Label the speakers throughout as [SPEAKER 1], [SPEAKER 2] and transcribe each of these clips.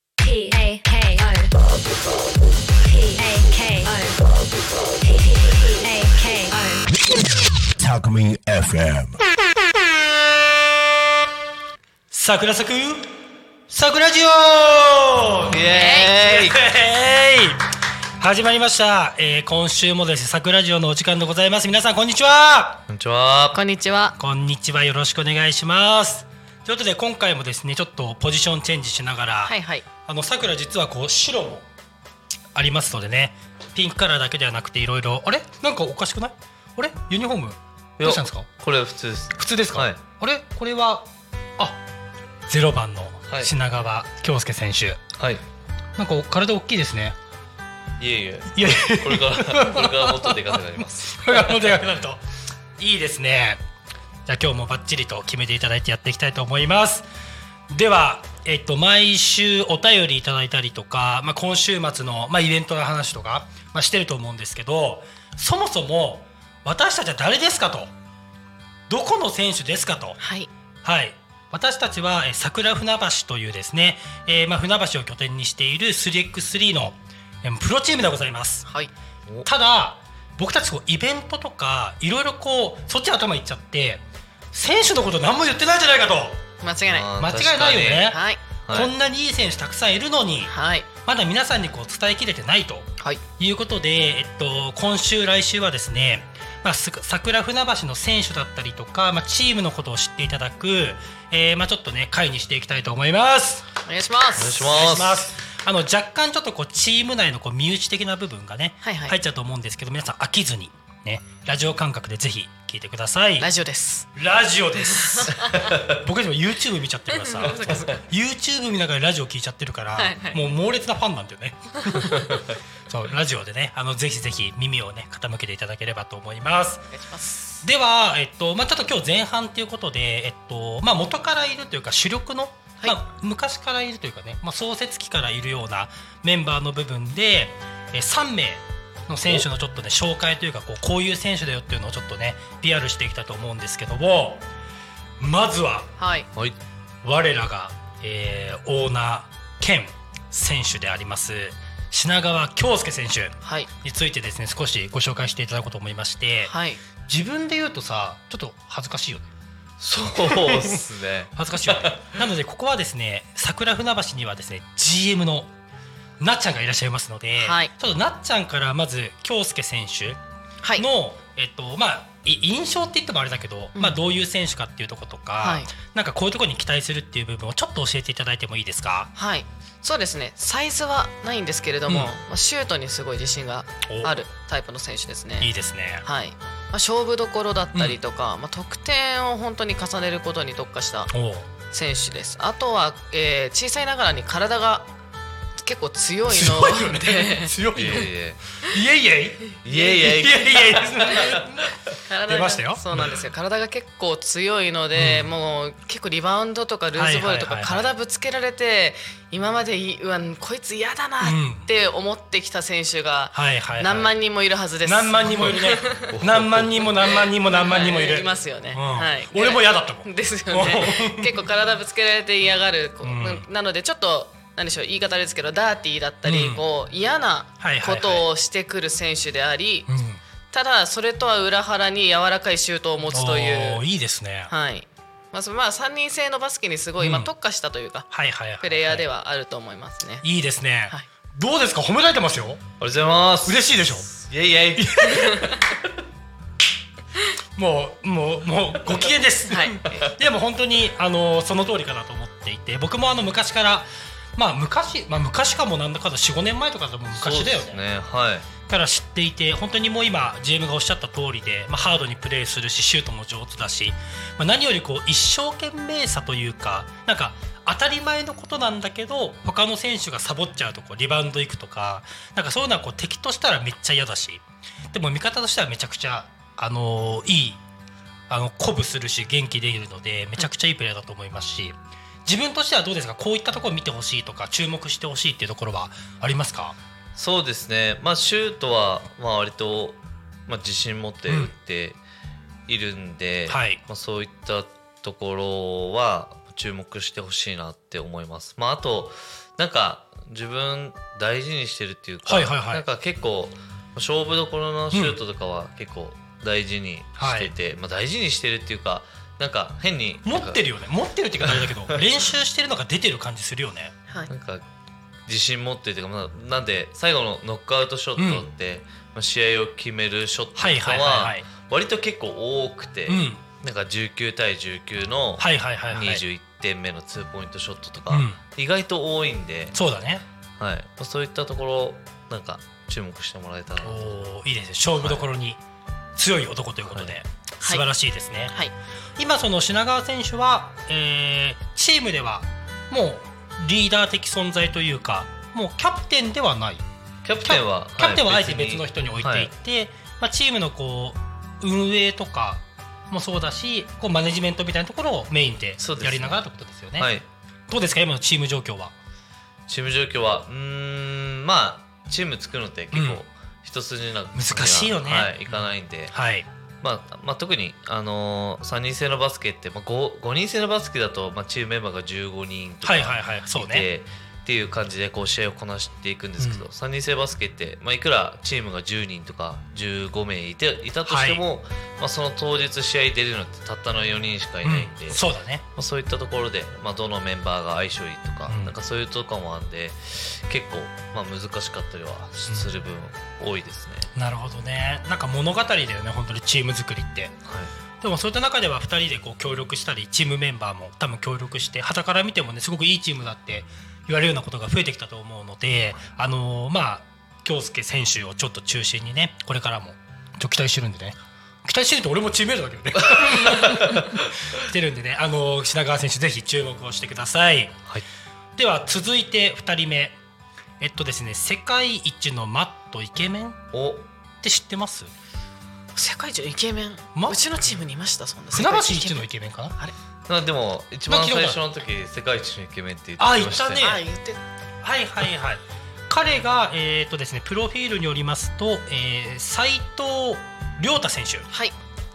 [SPEAKER 1] P A K O. P A K O. P A K O.
[SPEAKER 2] Talkme FM.
[SPEAKER 3] 桜咲く桜ジオイエーイ始まりました、えー今週もですね桜ジオのお時間でございます皆さんこんにちは
[SPEAKER 4] こんにちは。
[SPEAKER 5] こんにちは。
[SPEAKER 3] こんにちはよろしくお願いしますということで今回もですねちょっとポジションチェンジしながら、
[SPEAKER 5] はいはい。
[SPEAKER 3] あの桜実はこう白もありますのでねピンクカラーだけではなくていろいろあれなんかおかしくないあれユニフォームどうしたんですか
[SPEAKER 4] いやこれは普通です。
[SPEAKER 3] 普通ですか、
[SPEAKER 4] はい
[SPEAKER 3] あれこれはあゼロ番の
[SPEAKER 4] はい
[SPEAKER 3] 品川恭介選手、
[SPEAKER 4] はい。い
[SPEAKER 3] なんかお体大きいですね
[SPEAKER 4] えいえ。
[SPEAKER 3] いやい
[SPEAKER 4] これ から、これからもっとでかくなります。
[SPEAKER 3] やもうでかくなるといいですねじゃあ今日もバッチリと決めていただいてやっていきたいと思いますではえっと毎週お便りいただいたりとか、まあ、今週末の、まあ、イベントの話とか、まあ、してると思うんですけどそもそも私たちは誰ですかとどこの選手ですかと
[SPEAKER 5] はい。
[SPEAKER 3] はい私たちはえー桜船橋というですね、えーまあ、船橋を拠点にしている 3x3 のえープロチームでございます
[SPEAKER 5] はい。
[SPEAKER 3] ただ僕たちこうイベントとかいろいろこうそっち頭いっちゃって選手のこと何も言ってないんじゃないかと
[SPEAKER 5] 間違いない。
[SPEAKER 4] あー
[SPEAKER 3] 間違いないよね、
[SPEAKER 5] はい。
[SPEAKER 4] はい
[SPEAKER 3] こんなにいい選手たくさんいるのに
[SPEAKER 5] はい。
[SPEAKER 3] まだ皆さんにこう伝えきれてないと
[SPEAKER 5] はい。
[SPEAKER 3] いうことで、えっと、今週来週はですね、まあ、す桜船橋の選手だったりとか、まあ、チームのことを知っていただく、えーまあ、ちょっとね会にしていきたいと思います。
[SPEAKER 5] お願いします。
[SPEAKER 4] お願いしま
[SPEAKER 3] お願いし
[SPEAKER 4] す。
[SPEAKER 3] ますあの若干ちょっとこうチーム内のこう身内的な部分がね、
[SPEAKER 5] はいはい
[SPEAKER 3] 入っちゃうと思うんですけど皆さん飽きずにねラジオ感覚でぜひ聞いてください
[SPEAKER 5] ラジオです。
[SPEAKER 3] ラジオです 僕たちも YouTube 見ちゃってるからさ
[SPEAKER 5] そっかそっか
[SPEAKER 3] YouTube 見ながらラジオ聞いちゃってるから、
[SPEAKER 5] はいはい
[SPEAKER 3] もう猛烈なファンなんだよねそうラジオでねあのぜひぜひ耳をね傾けていただければと思います
[SPEAKER 5] お願いします。
[SPEAKER 3] では、えっとまあ、ちょっと今日前半ということで、えっとまあ、元からいるというか主力の、
[SPEAKER 5] い
[SPEAKER 3] まあ、昔からいるというかね、まあ、創設期からいるようなメンバーの部分で、え3名の選手のちょっとね紹介というかこうこういう選手だよっていうのをちょっとね PR していきたいと思うんですけどもまずは
[SPEAKER 5] はい。
[SPEAKER 4] はい。
[SPEAKER 3] 我らが、えーオーナー兼選手であります品川恭介選手
[SPEAKER 5] はい。
[SPEAKER 3] についてですね少しご紹介していただこうと思いまして。
[SPEAKER 5] はい。
[SPEAKER 3] 自分で言うとさちょっと恥ずかしいよね
[SPEAKER 4] そうですね。
[SPEAKER 3] 恥ずかしいよね なのでここはですね桜船橋にはですね GM のなっちゃんがいらっしゃいますので、
[SPEAKER 5] はい
[SPEAKER 3] ちょっとなっちゃんからまず京介選手
[SPEAKER 5] はい。
[SPEAKER 3] の、えっとまあい印象って言ってもあれだけど、
[SPEAKER 5] うん
[SPEAKER 3] まあどういう選手かっていうとことか、
[SPEAKER 5] はい
[SPEAKER 3] なんかこういうところに期待するっていう部分をちょっと教えていただいてもいいですか。
[SPEAKER 5] はい。そうですね。サイズはないんですけれども、
[SPEAKER 3] うん
[SPEAKER 5] まあシュートにすごい自信が
[SPEAKER 3] お
[SPEAKER 5] あるタイプの選手ですね。
[SPEAKER 3] いいですね。
[SPEAKER 5] はい。まあ、勝負どころだったりとか、まあ、得点を本当に重ねることに特化した
[SPEAKER 3] おう
[SPEAKER 5] 選手です。あとは、えー小さいながらに体が結構強いので、
[SPEAKER 3] 強いよね。強
[SPEAKER 4] い
[SPEAKER 3] いよ。
[SPEAKER 4] え
[SPEAKER 3] いえいえ
[SPEAKER 4] いえ。いえいえ。
[SPEAKER 3] いえ いえ。
[SPEAKER 5] 体が
[SPEAKER 3] 出ましたよ
[SPEAKER 5] そうなんですよ体が結構強いので、もう結構リバウンドとかルーズボールとか
[SPEAKER 3] はいはいはいはい
[SPEAKER 5] 体ぶつけられて今までいうわこいつ嫌だなって思ってきた選手が
[SPEAKER 3] はいはい、はい。
[SPEAKER 5] 何万人もいるはずです
[SPEAKER 3] 何万人もい るね何万人も何万人も何万人もいる、
[SPEAKER 5] はいますよね、
[SPEAKER 3] うん
[SPEAKER 5] はい
[SPEAKER 3] 俺も嫌だったもん
[SPEAKER 5] ですよね結構体ぶつけられて嫌がる、こう
[SPEAKER 3] うん
[SPEAKER 5] なのでちょっとなんでしょう言い方ですけどダーティーだったり、
[SPEAKER 3] うん
[SPEAKER 5] こう嫌な
[SPEAKER 3] はいはいは
[SPEAKER 5] こ
[SPEAKER 3] い
[SPEAKER 5] とをしてくる選手であり、
[SPEAKER 3] うん
[SPEAKER 5] ただそれとは裏腹に柔らかいシュートを持つという
[SPEAKER 3] おーいいですね
[SPEAKER 5] はい。まあ、そまあ、三人制のバスケにすごい、
[SPEAKER 3] うん
[SPEAKER 5] まあ、特化したというか、
[SPEAKER 3] はいはいはい
[SPEAKER 5] プレイヤーで
[SPEAKER 3] は
[SPEAKER 5] はあると思いますね。
[SPEAKER 3] いいですね、
[SPEAKER 5] はい
[SPEAKER 3] どうですか褒められてますよ
[SPEAKER 4] おはようございます。
[SPEAKER 3] 嬉しいでしょ
[SPEAKER 4] いえいえ。
[SPEAKER 3] もうもうもうご機嫌です、
[SPEAKER 5] はい。
[SPEAKER 3] でも本当にあのその通りかなと思っていて僕もあの昔からまあ昔、まあ、昔かもなんだかだ45年前とかだともう昔だよ
[SPEAKER 4] そうです
[SPEAKER 3] ね
[SPEAKER 4] ね。はい。
[SPEAKER 3] から知っていて本当にもう今 GM がおっしゃった通りで、まあ、ハードにプレーするしシュートも上手だし、まあ、何よりこう一生懸命さというかなんか当たり前のことなんだけど他の選手がサボっちゃうとこうリバウンドいくとかなんかそういうのはこう敵としたらめっちゃ嫌だしでも味方としてはめちゃくちゃ、あのーいいあの鼓舞するし元気出るのでめちゃくちゃいいプレーだと思いますし自分としてはどうですかこういったところを見てほしいとか注目してほしいっていうところはありますか
[SPEAKER 4] そうですね、まあ、シュートはまあ割と、まあ、自信持って打っているんで、
[SPEAKER 3] うんはい
[SPEAKER 4] まあ、そういったところは注目してほしいなって思います。まあ、あとなんか自分大事にしてるっていうか、
[SPEAKER 3] はいはいはい
[SPEAKER 4] なんか結構勝負どころのシュートとかは結構大事にしてて、まあ、大事にしてるっていうかなんか変に
[SPEAKER 3] 持って
[SPEAKER 4] る
[SPEAKER 3] るよね持ってるって言い方あれだけど 練習してるのが出てる感じするよね
[SPEAKER 5] はい
[SPEAKER 4] なんか自信持ってるっていうか、まあ、なんで最後のノックアウトショットって、まあ、試合を決めるショットと
[SPEAKER 3] はい
[SPEAKER 4] か
[SPEAKER 3] はいは
[SPEAKER 4] はい割と結構多くて、
[SPEAKER 3] はいうん
[SPEAKER 4] なんか19対19の
[SPEAKER 3] はいはいはいはい
[SPEAKER 4] 21点目のツーポイントショットと
[SPEAKER 3] う
[SPEAKER 4] か
[SPEAKER 3] ん
[SPEAKER 4] 意外と多いんで、
[SPEAKER 3] そうだね
[SPEAKER 4] はいまあ、そういったところなんか注目してもらえたらなと
[SPEAKER 3] おーいいですね勝負どころに強い男ということで、
[SPEAKER 4] はい
[SPEAKER 3] 素晴らしいですね、
[SPEAKER 5] はい
[SPEAKER 3] 今その品川選手は、えーチームではもうリーダー的存在というかもうキャプテンではない
[SPEAKER 4] キャプテンは
[SPEAKER 3] キャプテンはあえて
[SPEAKER 4] い
[SPEAKER 3] 別の人に置いていっ
[SPEAKER 4] は
[SPEAKER 3] て、まあ、チームのこう運営とかもそうだしこうマネジメントみたいなところをメインで
[SPEAKER 4] そうですね
[SPEAKER 3] やりながらということですよね
[SPEAKER 4] はい、
[SPEAKER 3] どうですか今のチーム状況は
[SPEAKER 4] チーム状況はうーんまあチーム作るのって結
[SPEAKER 3] うん
[SPEAKER 4] 構一筋な、
[SPEAKER 3] 難しいよね
[SPEAKER 4] はい、いかないんで、
[SPEAKER 3] はい
[SPEAKER 4] まあまあ、特に、あのー、3人制のバスケって、まあ、5, 5人制のバスケだと、まあ、チームメンバーが15人とか
[SPEAKER 3] はいい
[SPEAKER 4] て、
[SPEAKER 3] はいはいそうね
[SPEAKER 4] っていう感じでこう試合をこなしていくんですけど、
[SPEAKER 3] うん
[SPEAKER 4] 3人制バスケって、まあ、いくらチームが10人とか15名いていたとしても、まあ、その当日試合に出るのってたったの4人しかいないんで、
[SPEAKER 3] うんそうだね
[SPEAKER 4] まあ、そういったところで、まあ、どのメンバーが相性いいとか,、
[SPEAKER 3] うん
[SPEAKER 4] なんかそういうとこもあるんで結構、まあ、難しかったりはする分多いですね。
[SPEAKER 3] なるほどねなんか物語だよね本当にチーム作りってでもそういった中では2人でこう協力したりチームメンバーも多分協力して傍から見てもねすごくいいチームだって言われるようなことが増えてきたと思うのであのーまあ京介選手をちょっと中心にねこれからもちょっと期待してるんでね期待してるって俺もチームメイトだけどねしてるんでねあのー品川選手ぜひ注目をしてください、
[SPEAKER 4] はい
[SPEAKER 3] では続いて2人目えっとですね世界一のマットイケメンっ
[SPEAKER 4] お
[SPEAKER 3] て知ってます
[SPEAKER 5] 世界中イケメン、
[SPEAKER 3] ま
[SPEAKER 5] うちのチームにいましたそんな
[SPEAKER 3] 船橋一のイ
[SPEAKER 5] ケ
[SPEAKER 3] ケメンかな
[SPEAKER 4] まあでも一番最初の時世界一のイケメンって言ってました
[SPEAKER 3] あ言ったね
[SPEAKER 5] メンああ言って
[SPEAKER 3] はいはいはい彼が、えーとですね、プロフィールによりますと、えー、斉藤亮太選手
[SPEAKER 5] はい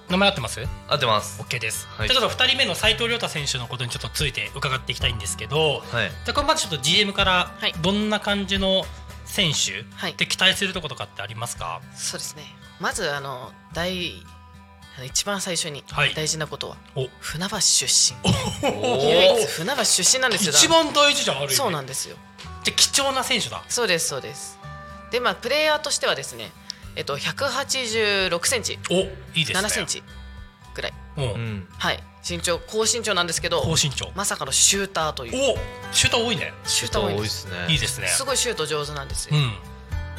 [SPEAKER 3] 名前合ってます
[SPEAKER 4] 合ってます。
[SPEAKER 3] OK です、
[SPEAKER 4] はい
[SPEAKER 3] じゃあちょっと2人目の斉藤亮太選手のことにちょっとついて伺っていきたいんですけど
[SPEAKER 4] はい。
[SPEAKER 3] じゃあこれまずちょっと GM から
[SPEAKER 5] はい
[SPEAKER 3] どんな感じの選手
[SPEAKER 5] はい
[SPEAKER 3] って期待するとことかってありますか
[SPEAKER 5] そうですねまずあの大あの一番最初に
[SPEAKER 3] はい
[SPEAKER 5] 大事なことは、
[SPEAKER 3] お
[SPEAKER 5] 船橋出身
[SPEAKER 4] お
[SPEAKER 5] 唯一
[SPEAKER 4] お。
[SPEAKER 5] 船橋出身なんですよ
[SPEAKER 3] 一番大事じゃんある意味
[SPEAKER 5] そうなんんですよ
[SPEAKER 3] で貴重な選手だ
[SPEAKER 5] そうですそうですでまあプレイヤーとしてはですねえっと186センチ
[SPEAKER 3] おいいですね
[SPEAKER 5] 7センチぐらい
[SPEAKER 3] うん
[SPEAKER 4] うん。
[SPEAKER 5] はい身長高身長なんですけど
[SPEAKER 3] 高身長
[SPEAKER 5] まさかのシューターという
[SPEAKER 3] おシュート多いね
[SPEAKER 5] シューター
[SPEAKER 4] 多
[SPEAKER 5] 多い
[SPEAKER 4] い
[SPEAKER 5] んで
[SPEAKER 4] ですすね。
[SPEAKER 3] いいですね
[SPEAKER 5] すごいシュート上手なんです
[SPEAKER 3] う
[SPEAKER 5] よ、
[SPEAKER 3] ん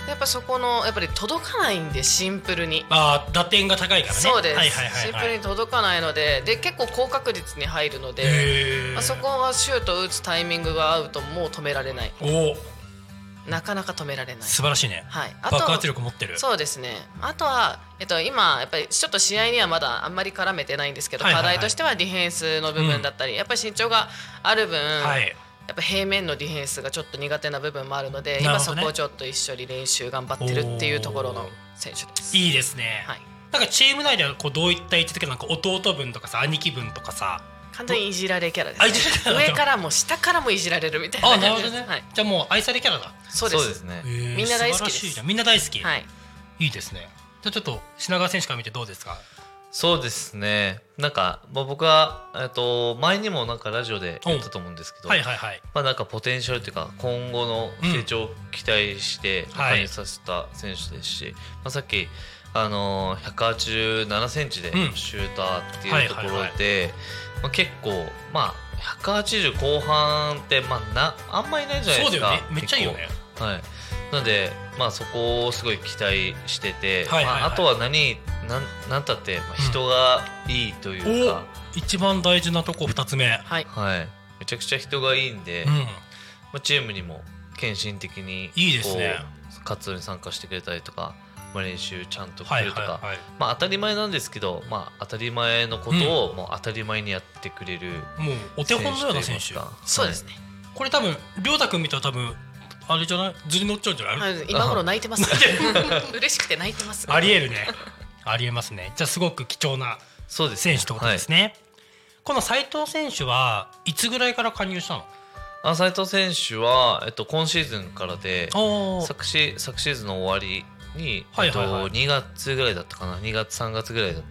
[SPEAKER 5] やっぱそこのやっぱり届かないんでシンプルに
[SPEAKER 3] あー打点が高いからね
[SPEAKER 5] そうです、
[SPEAKER 3] はいはいはい、
[SPEAKER 5] シン
[SPEAKER 3] は
[SPEAKER 5] プ
[SPEAKER 3] い、
[SPEAKER 5] ルに届かないのでで結構高確率に入るので、
[SPEAKER 3] へー
[SPEAKER 5] まあ、そこはシュートを打つタイミングが合うともう止められない
[SPEAKER 3] おお
[SPEAKER 5] なかなか止められない、
[SPEAKER 3] 素晴らしいね
[SPEAKER 5] はい、あ
[SPEAKER 3] 爆発
[SPEAKER 5] と
[SPEAKER 3] 力持ってる
[SPEAKER 5] そうですねあとは、えっと、今やっぱりちょっと試合にはまだあんまり絡めてないんですけど、
[SPEAKER 3] はいはいはい
[SPEAKER 5] 課題としてはディフェンスの部分だったり、やっぱり身長がある分、
[SPEAKER 3] はい
[SPEAKER 5] やっぱ平面のディフェンスがちょっと苦手な部分もあるので
[SPEAKER 3] なる
[SPEAKER 5] 今
[SPEAKER 3] ほど
[SPEAKER 5] そ
[SPEAKER 3] ね
[SPEAKER 5] こをちょっと一緒に練習頑張ってるっていうところの選手です。
[SPEAKER 3] いいですね、
[SPEAKER 5] はい、
[SPEAKER 3] なんかチーム内ではこうどういった位置づけなんか弟分とかさ兄貴分とかさ
[SPEAKER 5] 完全にいじられキャラで
[SPEAKER 3] あいじられ
[SPEAKER 5] す、
[SPEAKER 3] キャ
[SPEAKER 5] ね、
[SPEAKER 3] ラだ
[SPEAKER 5] 上からも下からもいじられるみたいな
[SPEAKER 3] あ
[SPEAKER 5] 感じ
[SPEAKER 3] なるほど
[SPEAKER 5] です
[SPEAKER 3] ね、
[SPEAKER 5] はい、
[SPEAKER 3] じゃあもう愛されキャラだ
[SPEAKER 5] そうです
[SPEAKER 4] そうですね。
[SPEAKER 5] みんな大好き
[SPEAKER 3] 素晴
[SPEAKER 5] です
[SPEAKER 3] らしいじゃんみんな大好き、、
[SPEAKER 5] はいい、
[SPEAKER 3] いですねじゃあちょっと品川選手から見てどうですか
[SPEAKER 4] そうですね。なんか、まあ、僕はえっと前にもなんかラジオで言ったと思うんですけど、
[SPEAKER 3] はいはいはい
[SPEAKER 4] まあなんかポテンシャルというか今後の成長を期待して
[SPEAKER 3] はい
[SPEAKER 4] 加入させた選手ですし、まあさっきあのー187センチで
[SPEAKER 3] うん
[SPEAKER 4] シューターって
[SPEAKER 3] はいいう
[SPEAKER 4] と
[SPEAKER 3] は
[SPEAKER 4] こ
[SPEAKER 3] い
[SPEAKER 4] ろ
[SPEAKER 3] はい
[SPEAKER 4] で、まあ結構まあ180後半ってまあなあんまりないじゃないで
[SPEAKER 3] そう
[SPEAKER 4] す
[SPEAKER 3] だ
[SPEAKER 4] か。
[SPEAKER 3] よねめっちゃいいよね
[SPEAKER 4] 結構。はい。なのでまあそこをすごい期待してて、
[SPEAKER 3] はいはいはい
[SPEAKER 4] まああとは何なんなんたってまあ人がいいという
[SPEAKER 3] お
[SPEAKER 4] か、
[SPEAKER 3] 一番大事なとこ二つ目
[SPEAKER 5] はい、
[SPEAKER 4] はい。めちゃくちゃ人がいいんで。
[SPEAKER 3] うん
[SPEAKER 4] まあ、チームにも献身的に
[SPEAKER 3] いいですね
[SPEAKER 4] こう活動に参加してくれたりとか、まあ、練習ちゃんと来
[SPEAKER 3] はい
[SPEAKER 4] るとか、
[SPEAKER 3] はいはい
[SPEAKER 4] まあ、当たり前なんですけど、まあ、当たり前のことをもう当たり前にやってくれる
[SPEAKER 3] もうお手
[SPEAKER 4] 選手
[SPEAKER 3] 本のよう
[SPEAKER 4] と
[SPEAKER 3] な
[SPEAKER 4] い
[SPEAKER 3] 選
[SPEAKER 4] います
[SPEAKER 3] 手
[SPEAKER 4] か
[SPEAKER 5] そうですね、
[SPEAKER 3] これ多分亮太君見たら多分あれじゃないずり乗っちゃうんじゃない、
[SPEAKER 5] はい、今頃泣いてます嬉しくて泣いてます
[SPEAKER 3] ありえるねありえますねじゃあすごく貴重な
[SPEAKER 4] そうですね
[SPEAKER 3] 選手ってことですね、この斉藤選手はいつぐらいから加入したの
[SPEAKER 4] あ斉藤選手は、えっと、今シーズンからで
[SPEAKER 3] おー
[SPEAKER 4] 昨シ昨シーズンの終わりに、
[SPEAKER 3] はいはいはい
[SPEAKER 4] えっと、2月ぐらいだったかな2月3月ぐらいに、
[SPEAKER 3] うん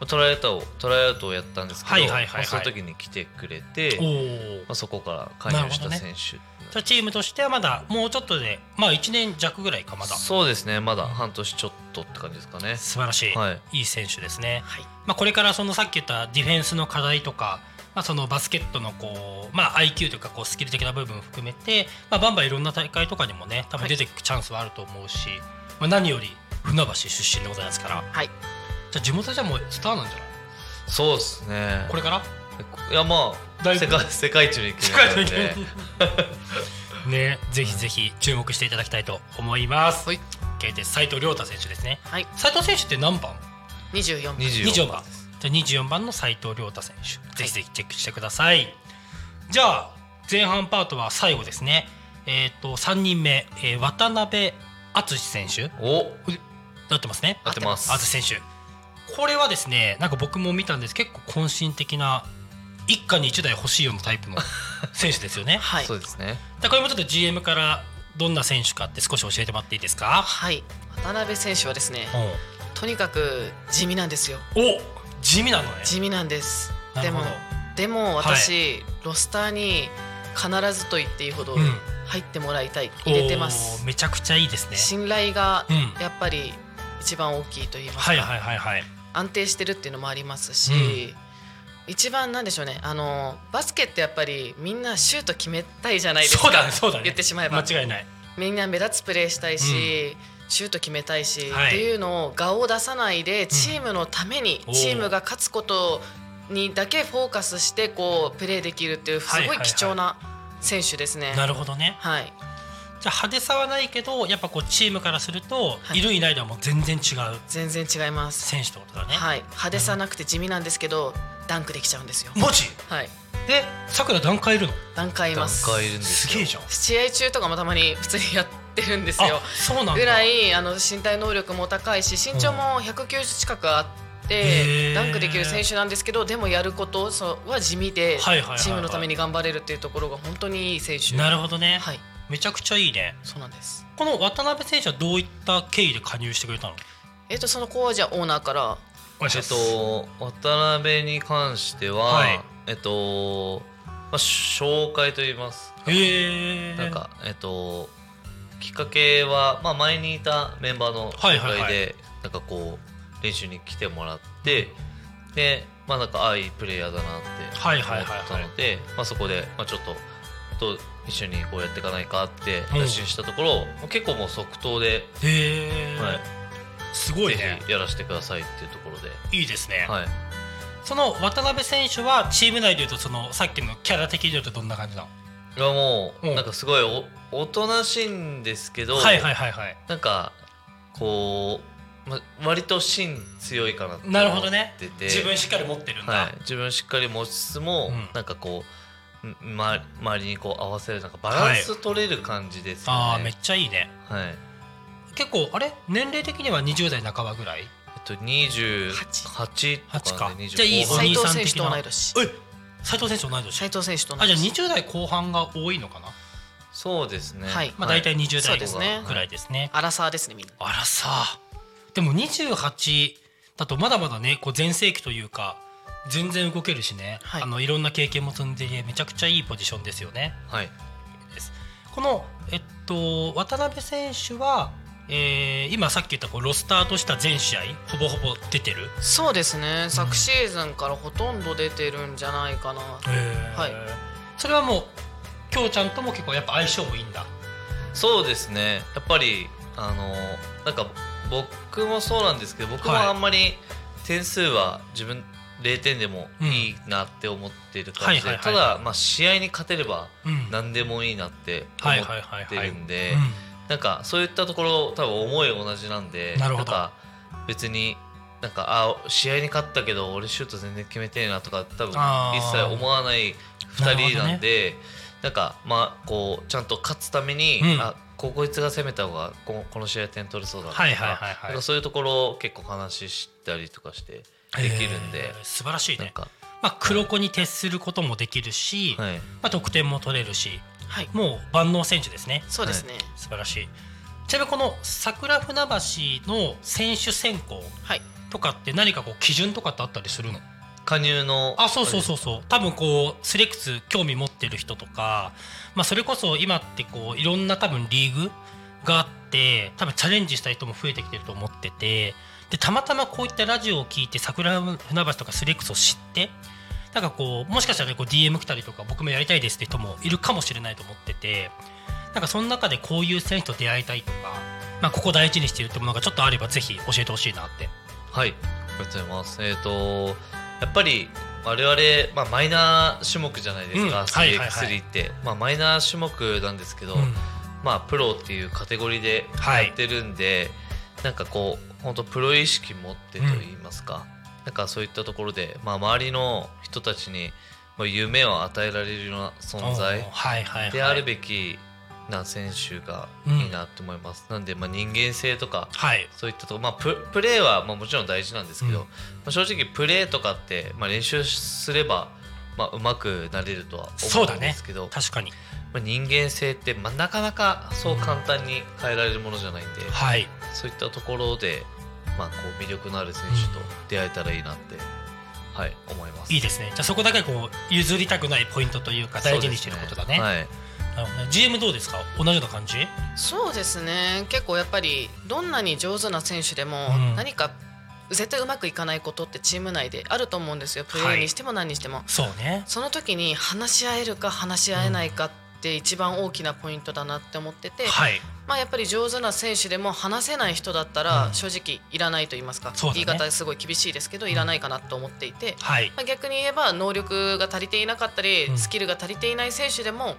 [SPEAKER 4] まあトライアウトをトライアウトをやったんですけど、
[SPEAKER 3] はいはいはいはい
[SPEAKER 4] まあその時に来てくれて、
[SPEAKER 3] お
[SPEAKER 4] ま
[SPEAKER 3] ー
[SPEAKER 4] あ、そこから加入した
[SPEAKER 3] なるほ
[SPEAKER 4] 選
[SPEAKER 3] ど
[SPEAKER 4] 手、
[SPEAKER 3] じゃあチームとしてはまだもうちょっとでまあ1年弱ぐらいかまだ素
[SPEAKER 4] そうですねまだ半年ちょっとって感じですかね
[SPEAKER 3] 晴らしい、
[SPEAKER 4] はい
[SPEAKER 3] い、い選手ですね、
[SPEAKER 5] はい
[SPEAKER 3] まあ、これからそのさっき言ったディフェンスの課題とか、まあ、そのバスケットのこう、まあ、IQ というかこうスキル的な部分を含めて、まあ、バンバンいろんな大会とかにもね多分出てくチャンスはあると思うし、まあ、何より船橋出身でございますから
[SPEAKER 5] はい
[SPEAKER 3] じゃあ地元じゃもうスターなんじゃない
[SPEAKER 4] そうですね
[SPEAKER 3] これから
[SPEAKER 4] いやま
[SPEAKER 3] だ
[SPEAKER 4] あ
[SPEAKER 3] いぶ
[SPEAKER 4] 世界世界一の一
[SPEAKER 3] 世界
[SPEAKER 4] なの
[SPEAKER 3] 的
[SPEAKER 4] で
[SPEAKER 3] にねぜひぜひ注目していただきたいと思います。
[SPEAKER 5] はい
[SPEAKER 3] けで斉藤亮太選手ですね。
[SPEAKER 5] はい
[SPEAKER 3] 斉藤選手って何番？
[SPEAKER 5] 24番
[SPEAKER 3] 二十
[SPEAKER 4] 24
[SPEAKER 3] 4番。じゃ二十四番の斉藤亮太選手、ぜひぜひチェックしてください。じゃあ前半パートは最後ですね。えっ、と三人目、えー渡辺敦選手、
[SPEAKER 4] お
[SPEAKER 3] なってますね。
[SPEAKER 4] 合ってます
[SPEAKER 3] 敦選手。これはですね、なんか僕も見たんです。結構渾身的な一家に一台欲しいようなタイプの選手ですよね。
[SPEAKER 5] はい
[SPEAKER 4] そうですね
[SPEAKER 3] でこれもちょっと GM からどんな選手かって少し教えてもらっていいですか
[SPEAKER 5] はい渡辺選手はですね
[SPEAKER 3] お
[SPEAKER 5] とにかく地味なんですよ
[SPEAKER 3] 地味なのね
[SPEAKER 5] 地味なんです
[SPEAKER 3] な
[SPEAKER 5] で
[SPEAKER 3] るほ
[SPEAKER 5] も
[SPEAKER 3] ど
[SPEAKER 5] でも私、ロスターに必ずと言っていいほど
[SPEAKER 3] うん
[SPEAKER 5] 入ってもらいたい、入れてます
[SPEAKER 3] おーめちゃくちゃいいですね
[SPEAKER 5] 信頼が
[SPEAKER 3] うん
[SPEAKER 5] やっぱり一番大きいと言いますか、
[SPEAKER 3] はいはいはいはい
[SPEAKER 5] 安定してるっていうのもありますし、
[SPEAKER 3] うん
[SPEAKER 5] 一番なんでしょうねあのバスケってやっぱりみんなシュート決めたいじゃないですか
[SPEAKER 3] そうだねそうだね
[SPEAKER 5] 言ってしまえば
[SPEAKER 3] 間違いない
[SPEAKER 5] みんな目立つプレーしたいし、シュート決めたいし、
[SPEAKER 3] はい
[SPEAKER 5] っていうのを顔を出さないでチームのために、
[SPEAKER 3] おー
[SPEAKER 5] チームが勝つことにだけフォーカスしてこうプレーできるっていうす
[SPEAKER 3] はい
[SPEAKER 5] ご
[SPEAKER 3] はい
[SPEAKER 5] い
[SPEAKER 3] はい
[SPEAKER 5] 貴重な選手ですね。
[SPEAKER 3] なるほどね
[SPEAKER 5] はい、
[SPEAKER 3] じゃあ派手さはないけどやっぱこうチームからすると、、
[SPEAKER 5] はいい
[SPEAKER 3] るいないではもう全然違う
[SPEAKER 5] 全然違います。
[SPEAKER 3] 選手ってことだね、
[SPEAKER 5] はい、派手さなくて地味なんですけど、ダンクできちゃうんですよ。
[SPEAKER 3] 文字
[SPEAKER 5] はい、
[SPEAKER 3] でさくら段階いるの
[SPEAKER 5] ダンク合い
[SPEAKER 4] 段
[SPEAKER 5] ます。
[SPEAKER 4] 階いるんです
[SPEAKER 3] す
[SPEAKER 4] よ
[SPEAKER 3] げえじゃん
[SPEAKER 5] 試合中とかもたまに普通にやってるんですよ
[SPEAKER 3] あ。そうなんだ
[SPEAKER 5] ぐらいあの身体能力も高いし身長も190近くあって、
[SPEAKER 3] へー
[SPEAKER 5] ダンクできる選手なんですけどでもやることそうは地味で、
[SPEAKER 3] はいはいはいはい
[SPEAKER 5] チームのために頑張れるっていうところが本当にいい選手
[SPEAKER 3] なるほどね、
[SPEAKER 5] はい
[SPEAKER 3] めちゃくちゃいいね
[SPEAKER 5] そうなんです
[SPEAKER 3] この渡辺選手はどういった経緯で加入してくれたの
[SPEAKER 5] えっ、とその子はじゃあオーナーから
[SPEAKER 3] お願いし
[SPEAKER 4] えっ
[SPEAKER 3] ます
[SPEAKER 4] と渡辺に関しては、
[SPEAKER 3] はい
[SPEAKER 4] えっと、まあ、紹介と言いますか
[SPEAKER 3] へえ
[SPEAKER 4] なんかえっときっかけは、まあ、前にいたメンバーの紹介
[SPEAKER 3] はい
[SPEAKER 4] で、
[SPEAKER 3] はいはい
[SPEAKER 4] なんかこう練習に来てもらってでまあなんかああいいプレイヤーだなって
[SPEAKER 3] はいはい
[SPEAKER 4] 思
[SPEAKER 3] はいはい
[SPEAKER 4] ったのでまあそこで、まあ、ちょっと。と一緒にこうやっていかないかって
[SPEAKER 3] うん
[SPEAKER 4] 打診したところ、結構もう即答で、
[SPEAKER 3] へえ、
[SPEAKER 4] はい
[SPEAKER 3] すごいね
[SPEAKER 4] ぜひやらせてくださいっていうところで、
[SPEAKER 3] いいですね、
[SPEAKER 4] はい、
[SPEAKER 3] その渡辺選手はチーム内でいうとそのさっきのキャラ的に言うとどんな感じなの
[SPEAKER 4] いやもう
[SPEAKER 3] うん
[SPEAKER 4] なんかすごいおおとなしいんですけど、
[SPEAKER 3] はいはいはいはい
[SPEAKER 4] なんかこう、ま、割と芯強いかなって
[SPEAKER 3] なるほどね
[SPEAKER 4] 思ってて
[SPEAKER 3] 自分しっかり持ってるんだ、
[SPEAKER 4] はい、自分しっかり持ちつつも、
[SPEAKER 3] うん
[SPEAKER 4] なんかこう、んま、周りにこう合わせるなんかバランス取れる感じです
[SPEAKER 3] あ
[SPEAKER 4] よ
[SPEAKER 3] あ
[SPEAKER 4] ね、
[SPEAKER 3] めっちゃいいね
[SPEAKER 4] はい
[SPEAKER 3] 結構あれ年齢的には20代半ばぐらい
[SPEAKER 4] えっと28とか,、
[SPEAKER 3] 八か
[SPEAKER 4] ね、
[SPEAKER 3] じゃあいい
[SPEAKER 4] 後半
[SPEAKER 3] はい
[SPEAKER 5] 斉
[SPEAKER 3] お兄
[SPEAKER 5] 藤
[SPEAKER 3] さん
[SPEAKER 5] 選手
[SPEAKER 3] 的
[SPEAKER 5] と
[SPEAKER 3] な
[SPEAKER 5] 同い年
[SPEAKER 3] え斉藤選手同い年
[SPEAKER 5] 斉藤選手と同
[SPEAKER 3] あ
[SPEAKER 5] い
[SPEAKER 3] じゃあ
[SPEAKER 5] 年
[SPEAKER 3] 20代後半が多いのかな、
[SPEAKER 4] そうですね
[SPEAKER 5] はい
[SPEAKER 3] まあ、大体20
[SPEAKER 5] そう
[SPEAKER 3] 代
[SPEAKER 5] ですね
[SPEAKER 3] ぐらいですね
[SPEAKER 5] アラサーですねみんな
[SPEAKER 3] あらさでも28だとまだまだねこう全盛期というか全然動けるしね、
[SPEAKER 5] はい
[SPEAKER 3] あのいろんな経験も積んでめちゃくちゃいいポジションですよね。
[SPEAKER 4] はい
[SPEAKER 3] この、えっと、渡辺選手は、えー今さっき言ったこうロスターとした全試合ほぼほぼ出てる、
[SPEAKER 5] そうですね昨シーズンからほとんど出てるんじゃないかなはい
[SPEAKER 3] それはもうきょうちゃんとも結構やっぱ相性もいいんだ。
[SPEAKER 4] そうですねやっぱりあのなんか僕もそうなんですけど僕も
[SPEAKER 3] はい
[SPEAKER 4] あんまり点数は自分0点でもいいなって思ってる感じで、
[SPEAKER 3] はいはいは
[SPEAKER 4] た
[SPEAKER 3] い
[SPEAKER 4] だ、まあ、試合に勝てれば
[SPEAKER 3] うん
[SPEAKER 4] 何でもいいなって思
[SPEAKER 3] はいはいはいはい
[SPEAKER 4] ってるんで
[SPEAKER 3] うん
[SPEAKER 4] なんかそういったところ多分思い同じなんで
[SPEAKER 3] なるほど
[SPEAKER 4] んか別になんかあ試合に勝ったけど俺シュート全然決めてえなとか多分
[SPEAKER 3] あー
[SPEAKER 4] 一切思わない2人なんでなんかまあこうちゃんと勝つために、
[SPEAKER 3] うん
[SPEAKER 4] あここいつが攻めた方がここの試合点取れそうだなとか,、
[SPEAKER 3] はいはいはいは
[SPEAKER 4] な
[SPEAKER 3] い
[SPEAKER 4] んかそういうところを結構話したりとかしてできるんで、
[SPEAKER 3] えー素晴らしい
[SPEAKER 4] なん
[SPEAKER 3] ね。
[SPEAKER 4] か
[SPEAKER 3] まあ、黒子に徹することもできるし、
[SPEAKER 4] はい
[SPEAKER 3] まあ、得点も取れるし
[SPEAKER 5] はい
[SPEAKER 3] もう万能選手ですね
[SPEAKER 5] そうですね
[SPEAKER 3] 素晴らしいちなみにこの桜船橋の選手選考
[SPEAKER 5] はい
[SPEAKER 3] とかって何かこう基準とかってあったりするの
[SPEAKER 4] 加入の
[SPEAKER 3] あそうそうそうそう多分こうスレックス興味持ってる人とか、まあ、それこそ今ってこういろんな多分リーグがあって多分チャレンジしたい人も増えてきてると思っててでたまたまこういったラジオを聞いて桜船橋とかスレックスを知ってなんかこうもしかしたらねこう DM 来たりとか僕もやりたいですって人もいるかもしれないと思っててなんかその中でこういう選手と出会いたいとか、まあ、ここ大事にしてるってものがちょっとあればぜひ教えてほしいなって。
[SPEAKER 4] はい、ありがとうございます。えっ、と、やっぱり我々、まあ、マイナー種目じゃないです
[SPEAKER 3] う
[SPEAKER 4] か、
[SPEAKER 3] んはいはいはい
[SPEAKER 4] 3x3 って、まあ、マイナー種目なんですけど、
[SPEAKER 3] うん
[SPEAKER 4] まあ、プロっていうカテゴリーで
[SPEAKER 3] はい
[SPEAKER 4] やってるんで、なんかこう、本当プロ意識持ってと言いますか、なんかそういったところで、まあ、周りの人たちにまあ夢を与えられるような存在
[SPEAKER 3] おーはいはいはい、
[SPEAKER 4] であるべきな選手がいいなと思います。なんで、まあ、人間性とか、
[SPEAKER 3] はい、
[SPEAKER 4] そういったとこ、まあ、ププレーはまあもちろん大事なんですけど、
[SPEAKER 3] うん
[SPEAKER 4] まあ、正直プレーとかって、まあ、練習すれば、まあ、上手くなれるとは思
[SPEAKER 3] そう
[SPEAKER 4] う
[SPEAKER 3] だ
[SPEAKER 4] んで
[SPEAKER 3] ね
[SPEAKER 4] すけど、
[SPEAKER 3] 確かに
[SPEAKER 4] まあ、人間性って、まあ、なかなかそう簡単に変えられるものじゃないんで、
[SPEAKER 3] はい
[SPEAKER 4] そういったところで、まあ、こう魅力のある選手と出会えたらいいなって、はい、思います。
[SPEAKER 3] いいですねじゃあそこだけこう譲りたくないポイントというか大事にしてることだね
[SPEAKER 4] そうですね
[SPEAKER 3] なるほどね GM どうですか同じような感じ
[SPEAKER 5] そうですね結構やっぱりどんなに上手な選手でも
[SPEAKER 3] うん
[SPEAKER 5] 何か絶対うまくいかないことってチーム内であると思うんですよプレ
[SPEAKER 3] はい
[SPEAKER 5] ーにしても何にしても、
[SPEAKER 3] そうね
[SPEAKER 5] その時に話し合えるか話し合えないかって一番大きなポイントだなって思ってて、
[SPEAKER 3] はい
[SPEAKER 5] まあ、やっぱり上手な選手でも話せない人だった
[SPEAKER 3] う
[SPEAKER 5] ら
[SPEAKER 3] ん
[SPEAKER 5] 正直いらないと言いますか、
[SPEAKER 3] そうだ
[SPEAKER 5] 言
[SPEAKER 3] ね
[SPEAKER 5] い方すごい厳しいですけどいらないかなと思っていて、
[SPEAKER 3] はい
[SPEAKER 5] まあ、逆に言えば能力が足りていなかったり、
[SPEAKER 3] うん
[SPEAKER 5] スキルが足りていない選手でも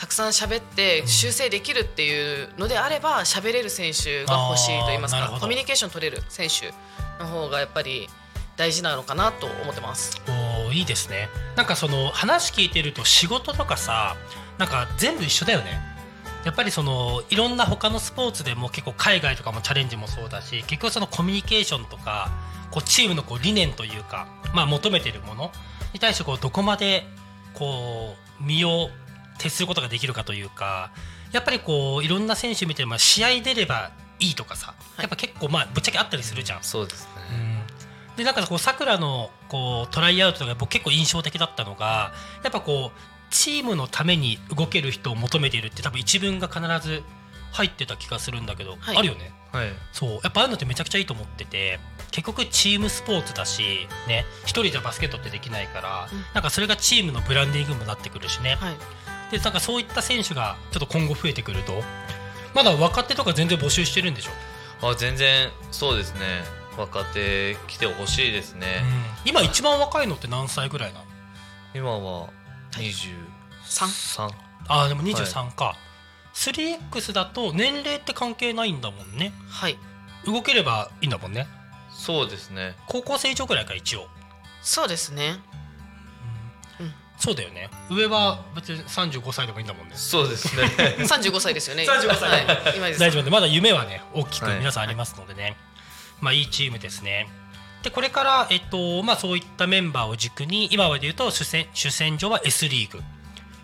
[SPEAKER 5] たくさん喋って修正できるっていうのであれば喋れる選手が欲しいと言います
[SPEAKER 3] あーなるほ
[SPEAKER 5] か
[SPEAKER 3] ど
[SPEAKER 5] コミュニケーション取れる選手の方がやっぱり大事なのかなと思ってます。
[SPEAKER 3] おーいいですねなんかその話聞いてると仕事とかさなんか全部一緒だよねやっぱりそのいろんな他のスポーツでも結構海外とかもチャレンジもそうだし結局そのコミュニケーションとかこうチームのこう理念というか、まあ、求めてるものに対してこうどこまでこう身を徹することができるかというかやっぱりこういろんな選手見てまあ試合出ればいいとかさやっぱ結構まあぶっちゃけあったりするじゃん
[SPEAKER 4] はい、そうですね、
[SPEAKER 3] でなんかこうさくらのこうトライアウトが僕結構印象的だったのがやっぱこうチームのために動ける人を求めているって多分一文が必ず入ってた気がするんだけど、
[SPEAKER 5] はい
[SPEAKER 3] あるよね
[SPEAKER 4] はい
[SPEAKER 3] そうやっぱああいうのってめちゃくちゃいいと思ってて結局チームスポーツだしね一人じゃバスケットってできないから、
[SPEAKER 5] うん
[SPEAKER 3] なんかそれがチームのブランディングにもなってくるしね、
[SPEAKER 5] はい、
[SPEAKER 3] でなんかそういった選手がちょっと今後増えてくるとまだ若手とか全然募集してるんでしょ、
[SPEAKER 4] あ全然そうですね若手来てほしいですね、
[SPEAKER 3] 今一番若いのって何歳ぐらいなの
[SPEAKER 4] 今は
[SPEAKER 5] 三
[SPEAKER 4] 23
[SPEAKER 3] あーでも23か、3X だと年齢って関係ないんだもんね
[SPEAKER 5] はい、
[SPEAKER 3] 動ければいいんだもんね
[SPEAKER 4] そうですね
[SPEAKER 3] 高校生以上くらいか一応、
[SPEAKER 5] そうで すね。うん
[SPEAKER 3] そうだよね上は別に35歳でもいいんだもんね
[SPEAKER 4] そうですね
[SPEAKER 5] 三十五歳ですよね。
[SPEAKER 3] 35歳
[SPEAKER 5] はい、今です。
[SPEAKER 3] 大丈夫でまだ夢はね大きく
[SPEAKER 4] はい
[SPEAKER 3] 皆さんありますのでね、まあいいチームですねでこれから、えっとまあ、そういったメンバーを軸に今まで言うと主戦主戦場は S リーグ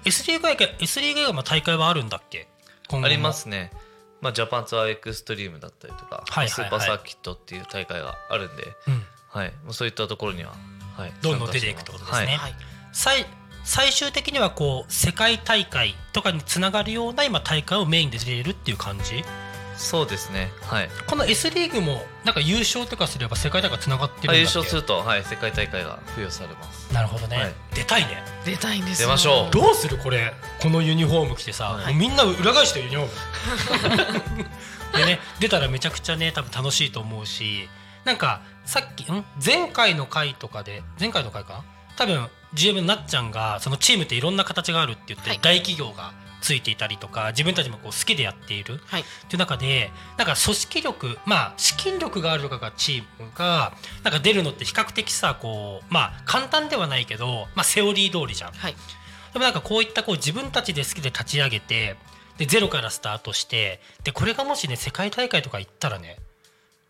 [SPEAKER 3] S リーグ以外 S リーグ以外は大会はあるんだっけ今後も
[SPEAKER 4] ありますねまあジャパンツアーエクストリームだったりとか、
[SPEAKER 3] はいはいはい
[SPEAKER 4] スーパーサーキットっていう大会があるんで、
[SPEAKER 3] うん
[SPEAKER 4] はい、もうそういったところには、はい、
[SPEAKER 3] どんどん出ていくってことですね
[SPEAKER 4] はい
[SPEAKER 5] はい、
[SPEAKER 3] 最最終的にはこう世界大会とかにつながるような今大会をメインで出れるっていう感じ
[SPEAKER 4] そうですねはい
[SPEAKER 3] この S リーグもなんか優勝とかすれば世界大会つながってるん
[SPEAKER 4] あ
[SPEAKER 3] だっけ
[SPEAKER 4] 優勝すると、はい、世界大会が付与されます
[SPEAKER 3] なるほどね、
[SPEAKER 4] はい
[SPEAKER 3] 出たいね
[SPEAKER 5] 出たいんですよ。
[SPEAKER 4] 出ましょう
[SPEAKER 3] どうするこれこのユニフォーム着てさ、
[SPEAKER 4] はい
[SPEAKER 3] もうみんな裏返してユニフォーム でね出たらめちゃくちゃね多分楽しいと思うしなんかさっきん前回の回とかで前回の回かな多分 GM なっちゃんがそのチームっていろんな形があるって言って、
[SPEAKER 5] はい
[SPEAKER 3] 大企業がついていたりとか自分たちもこう好きでやっている
[SPEAKER 5] はい、
[SPEAKER 3] っていう中でなんか組織力まあ資金力があるとかがチームがなんか出るのって比較的さこうまあ簡単ではないけど、まあ、セオリー通りじゃん。
[SPEAKER 5] はい、
[SPEAKER 3] でもなんかこういったこう自分たちで好きで立ち上げてでゼロからスタートしてでこれがもしね世界大会とか行ったらね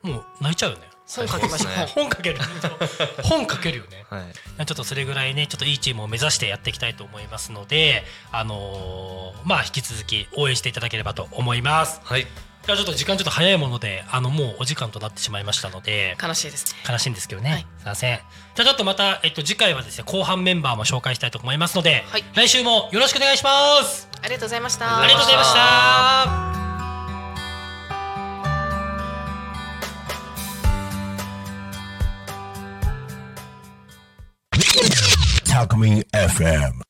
[SPEAKER 3] もう泣いちゃうよね
[SPEAKER 5] 本書きましょ
[SPEAKER 4] そうで
[SPEAKER 5] う
[SPEAKER 4] すね
[SPEAKER 3] 本かける 本かけるよね
[SPEAKER 4] はい、
[SPEAKER 3] ちょっとそれぐらいねちょっといいチームを目指してやっていきたいと思いますのであのーまあ引き続き応援していただければと思います
[SPEAKER 4] はい、
[SPEAKER 3] じゃあちょっと時間ちょっと早いものであのもうお時間となってしまいましたので
[SPEAKER 5] 悲しいですね
[SPEAKER 3] 悲しいんですけどね、
[SPEAKER 5] はい
[SPEAKER 3] すいませんじゃあちょっとまた、えっと、次回はですね後半メンバーも紹介したいと思いますので、
[SPEAKER 5] はい
[SPEAKER 3] 来週もよろしくお願いします
[SPEAKER 5] ありがとうございまし
[SPEAKER 4] あ
[SPEAKER 5] た
[SPEAKER 3] ありがとうございまし
[SPEAKER 4] ありがとうございま
[SPEAKER 3] た
[SPEAKER 2] タクミン FM